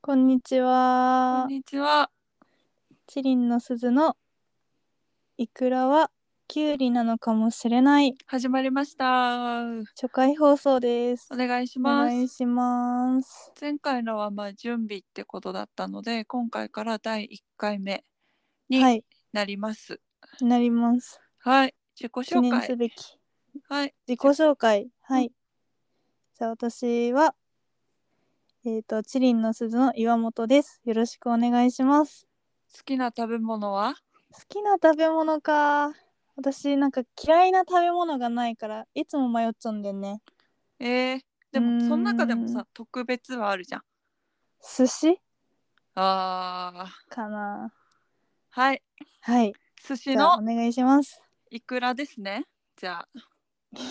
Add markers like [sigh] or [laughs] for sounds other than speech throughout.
こんにちこはん。にちは。チリンの鈴のイクラはキュウリなのかもしれない始まりました。初回放送です。お願いしおます。願いします。前回のはまあ準備ってことだったので、今回から第一回目にはい、なります。なります。はい。自己記紹念す介。べきはい。自己紹介。はい。うじゃあ私はえっ、とチリンの鈴の岩本です。よろしくお願いします。好きな食べ物は？好きな食べ物か。私なんか嫌いな食べ物がないからいつも迷っちゃうんだよね。えー、うでーもんその中でもさ特別はあるじゃん。寿司ああ。かな。はい。はい。寿司じゃあのお願いします。いくらですね。じゃあ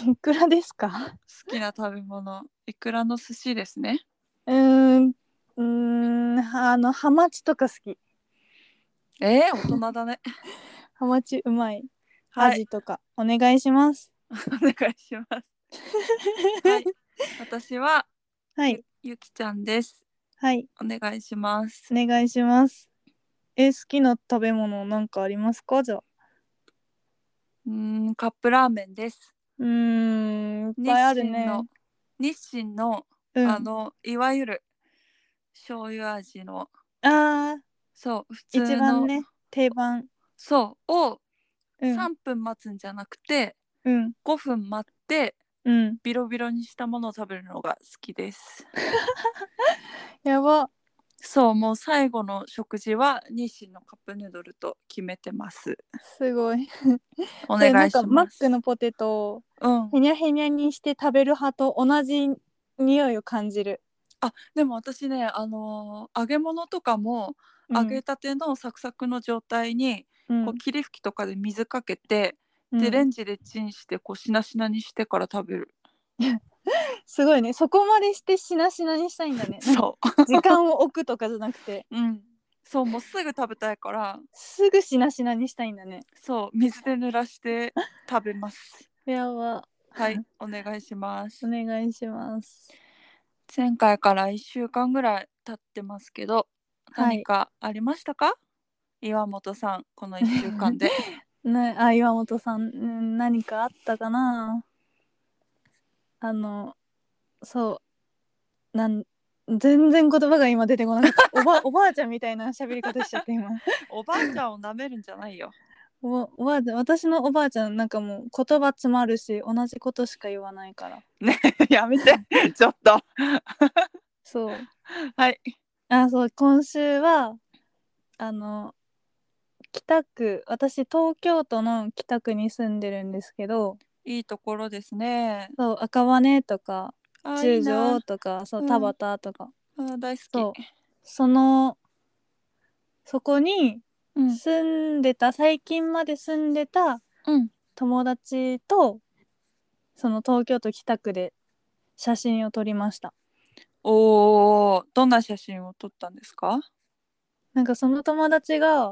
いくらですか好きな食べ物いくらの寿司ですね。うーんうーんあのハマチとか好きえー、大人だ [laughs] ね。ハマチうまいはアい。ジとか、お願いしますお願いします。 [laughs] はい、私ははいゆきちゃんです。はいお願いします。お願いしますえ好きな食べ物なんかありますかじゃあうーん、カップラーメンです。うーんいっ日ぱいあ清るねの、日清の、うん、あのいわゆる醤油味のあーそう普一通の、番ね定番そうをうん3分待つんじゃなくて、うん5分待ってうんビロビロにしたものを食べるのが好きです。やばそうもう最後の食事は日清のカップヌードルと決めてます。すごいおそ願いしれなんかマまッす。クのポテトをうんへにゃへにゃにして食べる派と同じ匂いを感じる、あでも私ね、あのー揚げ物とかもうん揚げたてのサクサクの状態に、うんこう霧吹きとかで水かけて、うでんレンジでチンしてこうしなしなにしてから食べる、すごいねそこまでしてしなしなにしたいんだ [laughs] ねなんか [laughs] そ時間を置くとかじゃなくてう、うん、そうもうすぐ食べたいからすぐしなしなにしたいんだねそう水で濡らして食べます [laughs] やばはいお願いしますお願いします前回から1週間ぐらい経ってますけどはい何かありましたか、岩本さんこの1週間 [laughs] でねあ岩本さんうん何かあったかなあのそうなん全然言葉が今出てこなかったお [laughs] ばおばあちゃんみたいな喋り方しちゃって今おばあちゃんをなめるんじゃないよおおばあちゃん私のおばあちゃんなんかもう言葉詰まるし同じことしか言わないからねやめてちょっとそうはいあそう今週はあの北区私東京都の北区に住んでるんですけどいいところですねそう赤羽とかあーい十いな条とかそううん田端とか、あー大好きそうそのそこにうん住んでた、最近まで住んでたうん友達とその東京都北区で写真を撮りましたおーどんな写真を撮ったんですかなんかその友達が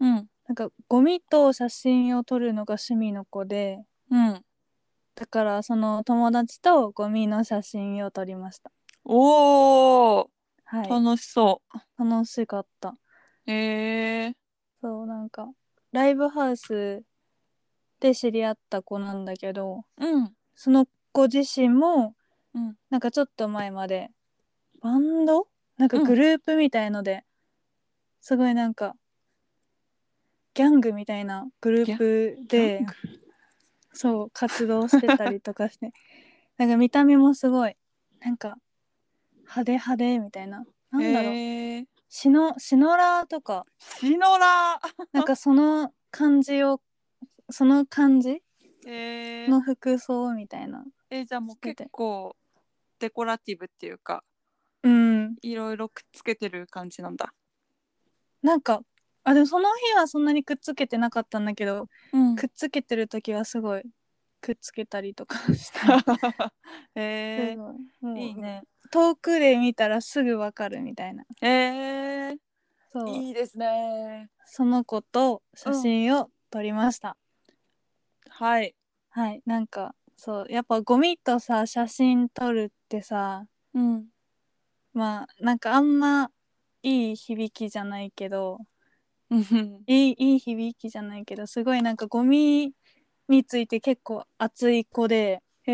うんなんかゴミと写真を撮るのが趣味の子でうんだからその友達とゴミの写真を撮りました。おーはい、楽しそ楽しかった。う、えー、そうなんかライブハウスで知り合った子なんだけど、うんその子自身もうんなんかちょっと前までバンドなんかグループみたいので、すごいなんかギャングみたいなグループでギャングそう活動してたりとかして [laughs] なんか見た目もすごいなんか派手派手みたいななんだろう、えー、シノシノラーとかシノラなんかその感じをその感じーえーの服装みたいなえーじゃあもう結構デコラティブっていうかうんいろいろくっつけてる感じなんだなんかあでもその日はそんなにくっつけてなかったんだけど、うん [laughs] くっつけてる時はすごいくっつけたりとかした。えすごいもー、ういいね遠くで見たらすぐわかるみたいなえー、そういいですねその子と写真を撮りました、はいはいなんかそうやっぱゴミとさ写真撮るってさうんまあなんかあんまいい響きじゃないけどうんいいいい響きじゃないけどすごいなんかゴミについて結構熱い子でへ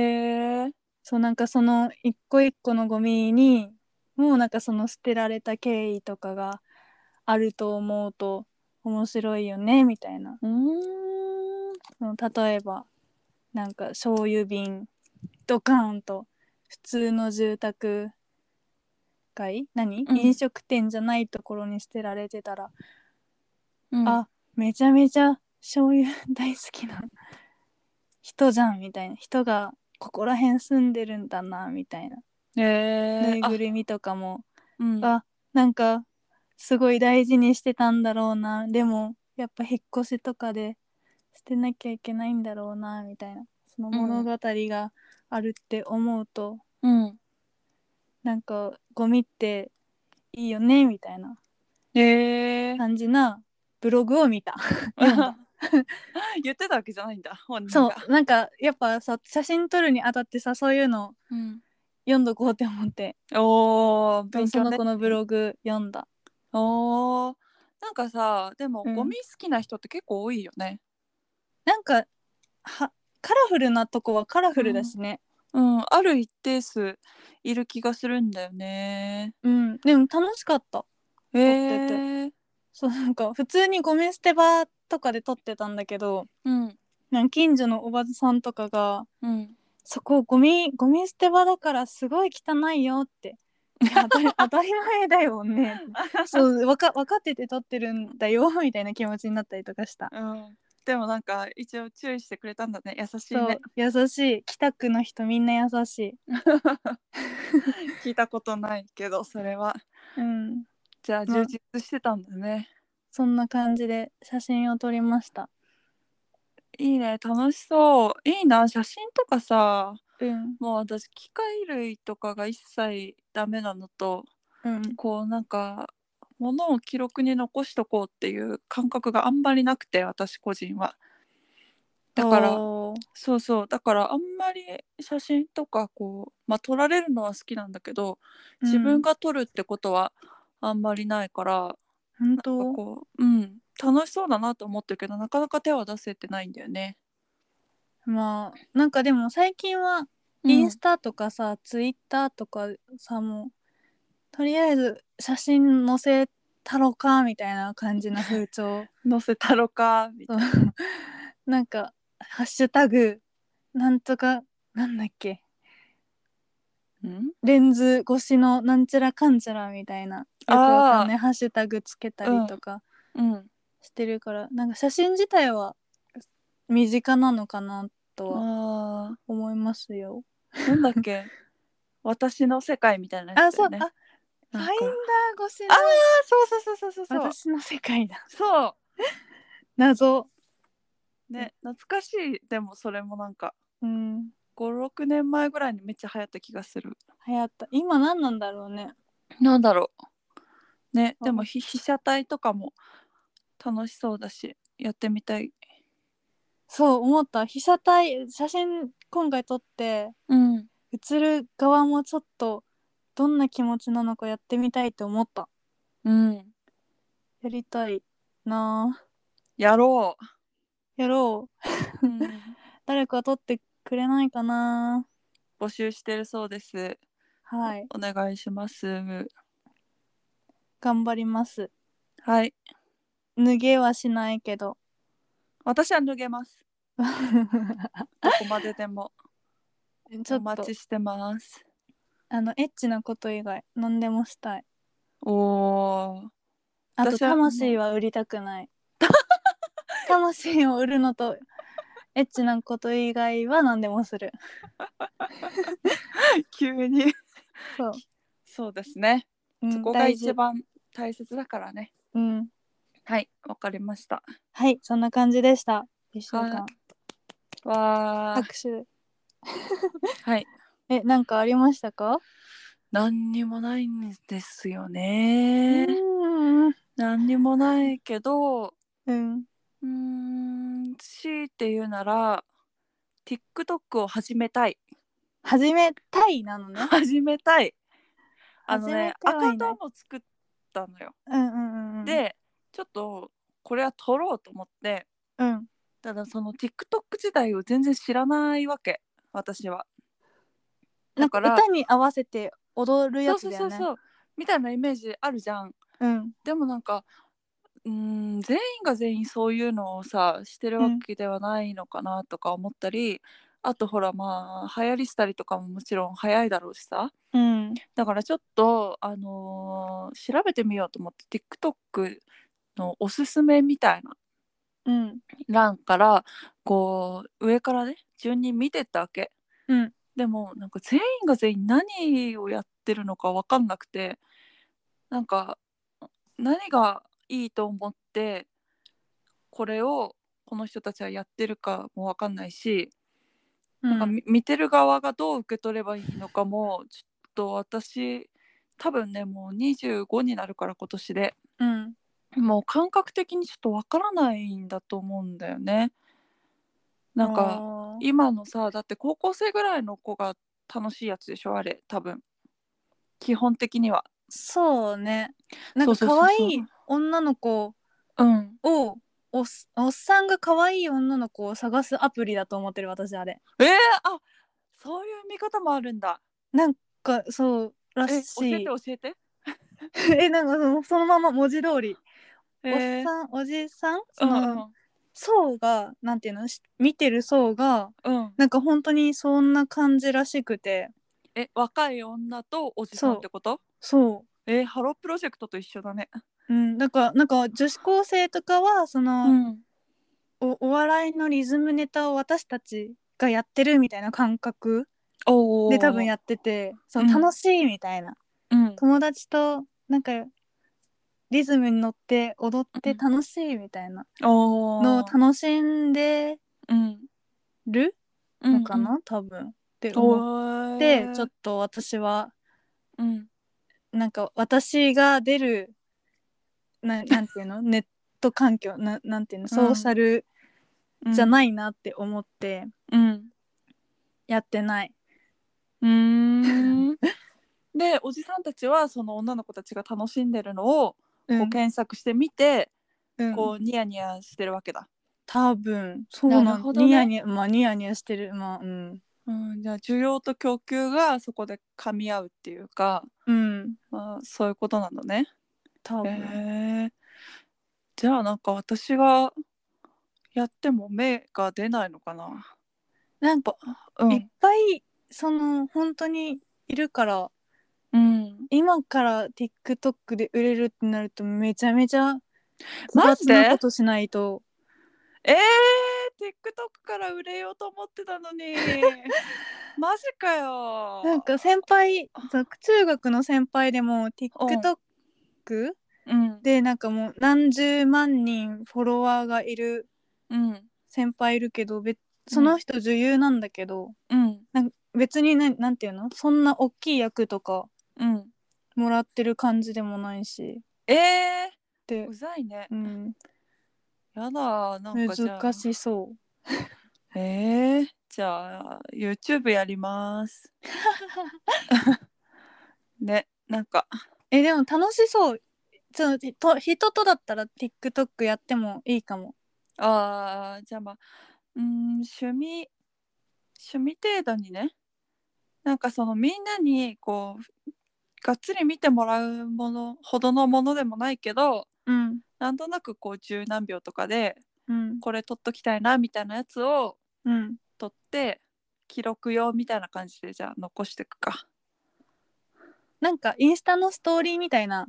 えそうなんかその一個一個のゴミにもうなんかその捨てられた経緯とかがあると思うと面白いよねみたいなうんその例えばなんか醤油瓶ドカーンと普通の住宅街何、うん飲食店じゃないところに捨てられてたら、うんあめちゃめちゃ醤油大好きな人じゃんみたいな人がここら辺住んでるんだなみたいな、へえぬいぐるみとかもうんあなんかすごい大事にしてたんだろうなでもやっぱ引っ越しとかで捨てなきゃいけないんだろうなみたいなその物語があるって思うと、うんなんかゴミっていいよねみたいなへえ感じなブログを見た読んだ [laughs] 言ってたわけじゃないんだ本人そがうなんかやっぱさ写真撮るにあたってさそういうのうん読んどこうって思っておー勉そ強のね子のブログ読んだおーなんかさでもうんゴミ好きな人って結構多いよねなんかはカラフルなとこはカラフルだしね、うんある一定数いる気がするんだよねうん、でも楽しかった。へ撮っえそうなんか普通にゴミ捨て場とかで撮ってたんだけど、うんなんか近所のおばさんとかがうんそこゴミゴミ捨て場だからすごい汚いよって。いや [laughs] 当たり当たり前だよね。そうわか分かってて撮ってるんだよみたいな気持ちになったりとかした。うんでもなんか一応注意してくれたんだね優しいそうね優しい北区の人みんな優しい。聞いたことないけどそれはうん、じゃあ充実してたんだね、そんな感じで写真を撮りました。いいね楽しそういいな写真とかさうん、もう私機械類とかが一切ダメなのとうん、こうなんか物を記録に残しとこうっていう感覚があんまりなくて私個人はだからおーそうそうだからあんまり写真とかこうまあ撮られるのは好きなんだけど自分が撮るってことはあんまりないから、本な当んかこううん楽しそうだなと思ってるけどなかなか手は出せてないんだよね。まあなんかでも最近はインスタとかさ、ツイッターとかさもうとりあえず写真載せたろかみたいな感じの風潮 [laughs] うん載せたろかみたいそうなんか「ハッシュタグなんとかなんだっけな。うんレンズ越しのなんちゃらかんちゃら」みたいなよくわかんないハッシュタグつけたりとかうん、してるから、なんか写真自体は身近なのかなとはあ思いますよ。ーなんだっ [laughs] け私の世界みたいなあやつだそうあよね。ファインなんかダー越しのああそうそうそうそうそうそう私の世界だそ謎うね懐かしいでもそれもなんかうん56年前ぐらいにめっちゃ流行った気がする流行った今何なんだろうねなんだろうねあでもひ被写体とかも楽しそうだしやってみたいそう思った被写体写真今回撮ってうん写る側もちょっとどんな気持ちなのかやってみたいと思ったうんやりたいなあやろやろうう、うん誰か撮ってくれないかな募集してるそうですはいお願いします頑張りますはい脱げはしないけ [laughs] ど私は脱げ [laughs] ますどこまででもちょおっと待ちしてますあのエッチなこと以外何でもしたいおーあと私は魂は売りたくない。魂を売るのとエッチなこと以外は何でもする。 [laughs] 急にそう。そうですねうんそこが一。番大切だからね。大事うん。はい、わかりました。はい、そんな感じでした。一週は間。わあ、拍手。はい。え、なんかありましたか？何にもないんですようね。ーん。何にもないけど、ううん。ーん、強いて言うなら、TikTok を始めたい。始めたいなのね。始めたい。あの始めね、てアはカウいンないトも作っったのよ。うんうんうん。、でちょっとこれは撮ろうと思ってうん。ただその TikTok 自体を全然知らないわけ私は。なだんかから歌に合わせて踊るやそうつそだようそうね。そうみたいなイメージあるじゃん。うん。でもなんかうーん全員が全員そういうのをさしてるわけではないのかなとか思ったり、あとほらまあ流行りしたりとかももちろん早いだろうしさうん。だからちょっとあのー調べてみようと思って TikTok のおすすめみたいなうん。欄からこう上からね順に見てったわけ。うんでもなんか全員が全員何をやってるのか分かんなくてなんか何がいいと思ってこれをこの人たちはやってるかも分かんないし、ななんかみ見てる側がどう受け取ればいいのかもちょっと私多分ねもう25になるから今年でうん。もう感覚的にちょっとわからないんだと思うんだよね。なんかあー今のさだって高校生ぐらいの子が楽しいやつでしょあれ多分基本的には。そうね。なんそうかそうそうそう可愛い女の子うん、をおっおっさんが可愛い女の子を探すアプリだと思ってる私あれ。えー、あそういう見方もあるんだ。なんかそうらえし教えてい。教えて。 [laughs] えなんかそのそのまま文字通り。えおっー、さんおじさんうその、ん層がなんていうのし見てる層がうんうん。なんか本当にそんな感じらしくてえ若い女とおじさんってことそえー、ハロープロジェクトと一緒だね。う、うん、なんかなんか女子高生とかはその、うん。おお笑いのリズムネタを私たちがやってるみたいな感覚おーで多分やっててそううん楽しいみたいな、うん、友達となんかリズムに乗って踊って楽しいみたいなおーのを楽しんでうんるうのんかな、多分って思おーってちょっと私はうんなんか私が出るななんていう [laughs] のネット環境ななんていうのソーシャルじゃい。ないなって思ってうん。やってない、うー [laughs] んでおじさんたちはその女の子たちが楽しんでるのをうんこう検索してみて、うんこうニヤニヤしてるわけだ。多分そうなんなるほどねニヤニヤまあニヤニヤしてるまあうんうん、じゃあ需要と供給がそこで噛み合うっていうか、うんまあ、そういうことなんだね。多へ分、えじゃあなんか私がやっても目が出ないのかな。なんか、ういっん。ぱいその本当にいるからうん、今から TikTok で売れるってなるとめちゃめちゃマジ複雑でなことしないとえー、TikTok から売れようと思ってたのに [laughs] マジかよ。なんか先輩その中学の先輩でも TikTok うん、でなんかもう何十万人フォロワーがいるうん、先輩いるけど別その人女優なんだけど、うん、別にななんていうのそんな大きい役とかうん。もらってる感じでもないしえでー、う、ざいねう。ん、やだ、なんかじゃあ。難しそうえー、じゃあ YouTube やり [laughs] ます。ね、なんか、えでも楽しそうちょっとと人とだったら TikTok やってもいいかもあーじゃあまあ、うーん、趣味、趣味程度にね、なんかそのみんなにこう、がっつり見てもらうものほどのものでもないけど、うんなんとなくこう十何秒とかで、うんこれ撮っときたいなみたいなやつをうん取って記録用みたいな感じでじゃあ残していくか。なんかインスタのストーリーみたいなう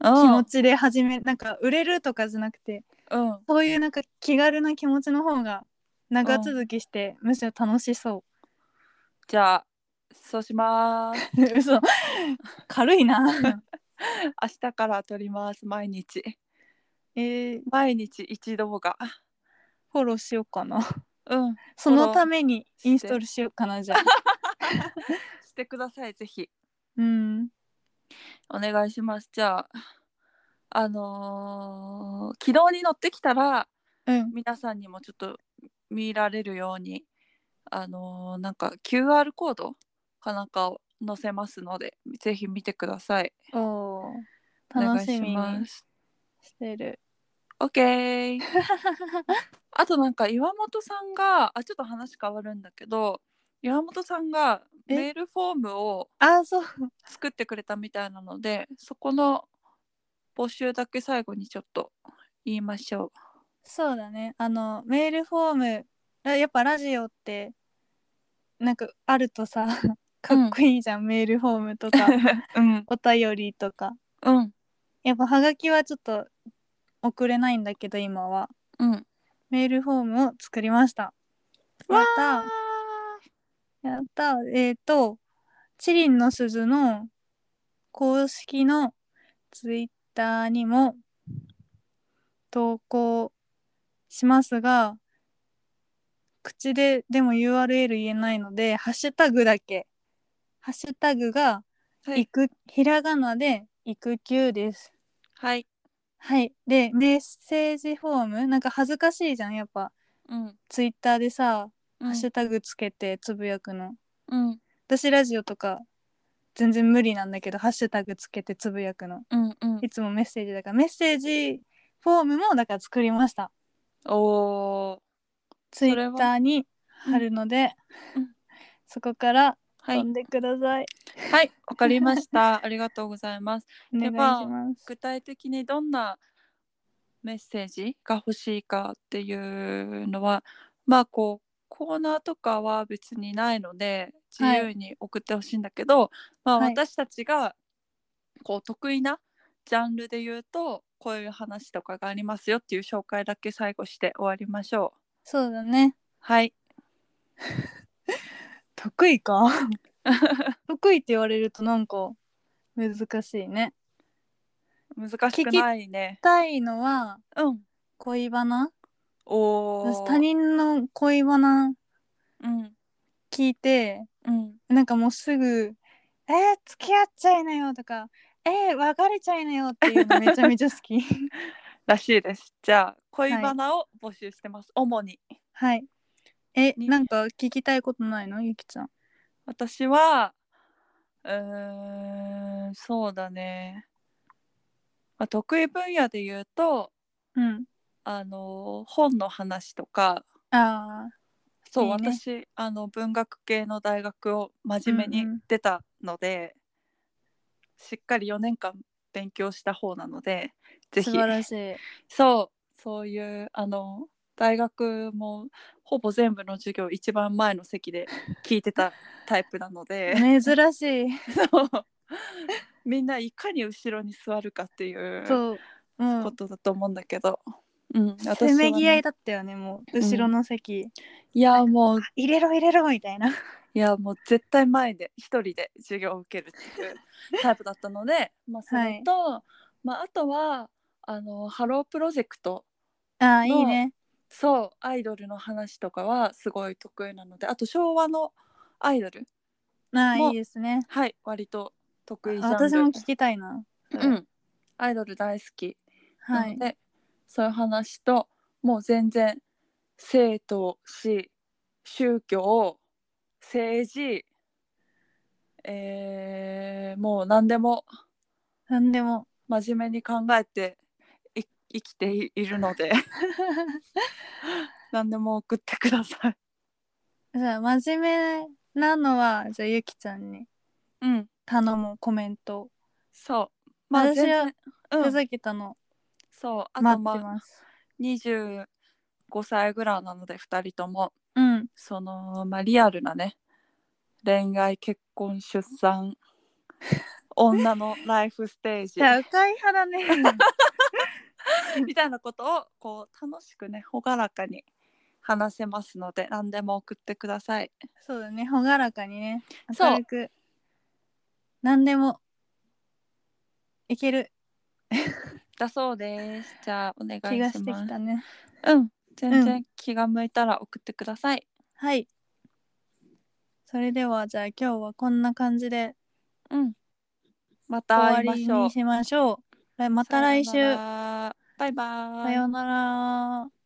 気持ん、ちで始めなんか売れるとかじゃなくてうん、そういうなんか気軽な気持ちの方が長続きして、むしろ楽しそじゃあそうします。 [laughs] う [laughs] 嘘軽いな明日から撮ります毎日 [laughs] えー、毎日一動画。フォローしようか [laughs] なうん、そのためにインストールしようかなじゃあしてくださいぜひうんお願いします。じゃああのー、軌道に乗ってきたらうん皆さんにもちょっと見られるようにあのー、なんか QR コードかなんかを載せますのでぜひ見てください。おーお願楽いししみまにす。してる。 OK! [laughs] あとなんか岩本さんがあちょっと話変わるんだけど岩本さんがえメールフォームをあ、そう。作ってくれたみたいなのでそこの募集だけ最後にちょっと言いましょそうだね。あの、メールフォーム、あやっぱラジオって、なんかあるとさ、かっこいいじゃん、メールフォームとうか、。うん、お便りとか。うん、やっぱハガキはちょっと送れないんだけど、今は。うん。メールフォームを作りました。やわったやったえっ、と、チリンの鈴の公式のツイッターにも投稿しますが、口ででも URL 言えないので、ハッシュタグだけ。ハッシュタグが、はいい、く、ひらがなで育休です。はい、はい。で、メッセージフォーム、なんか恥ずかしいじゃん、やっぱ。うん、ツイッターでさ、うハッシュん、タグつけてつぶやくの。うん、私ラジオとか全然無理なんだけどハッシュタグつけてつぶやくのうん、うんい。つもメッセージだからメッセージフォームもだから作りましたおー、ツイれはッターに貼るので、うんそこからは飛いん、でください、はい、わかりました。ありがとうございます。お願いします具体的にどんなメッセージが欲しいかっていうのはまあこうコーナーとかは別にないので自はい由に送ってほしいんだけど、まあはい私たちがこう得意なジャンルで言うとこういう話とかがありますよっていう紹介だけ最後して終わりましょう。そうだねはい。得意か [laughs] 得意って言われるとなんか難しいね難しくないね。たいのはうん。恋バナおー私他。人の恋バナうん。聞いてうん。なんかもうすぐ「えー、付き合っちゃいなよ」とか「えー、別れちゃいなよ」っていうのめちゃめちゃ好 [laughs] きらしいです。じゃあ恋バナを募集してます。主に。はいえになんか聞きたいことないのゆきちゃん私はうーんそうだね、まあ、得意分野で言うとうんあの本の話とかあそういいね私あの文学系の大学を真面目うんうんに出たので、しっかり4年間勉強した方なのでーぜ素ひ晴らし [laughs] いそうそういうあの大学もほぼ全部の授業一番前の席で聞いてたタイプなので。珍しいそう [laughs] みんないかに後ろに座るかっていうそうもこうとだと思うんだけど、うんせめぎ合いだだったよねもう後ろの席、いやもう入れろ入れろみたいないやもう絶対前で一人で授業を受けるって [laughs] いうタイプだったのでまあそれと、まあ、あとはあのハロープロジェクトあーいいねそうアイドルの話とかはすごい得意なのであと昭和のアイドルあーもいいですねはい割と得意ジャンル私も聞きたいなうん、アイドル大好きはないのでそういう話ともう全然生徒死宗教政治えーもう何でもなんでも真面目に考えてい生きていいる [laughs] ので何でも送ってください。じゃあ真面目なのはじゃあゆきちゃんにうん、頼もうコメントをそうまあ全私は然、うふん、ざけたのそうあ待とってまあます。 25歳ぐらいなので2人ともうん、そのまあリアルなね恋愛結婚 [laughs] 出産女のライフステージじゃあ赤い肌ね。みたいなことをこう楽しくね朗らかに話せますので何でも送ってください [laughs] そうだね、朗らかにね、そう明るく。何でも。いけるだそうですじゃあお願い気がししてまきすたね。うん全う然気が向いたら送ってください、はい。それでは、じゃあ、今日はこんな感じでうん、ま終たわ会いまりしょうにしましょう。来また来週。さようならバイバイさようなら。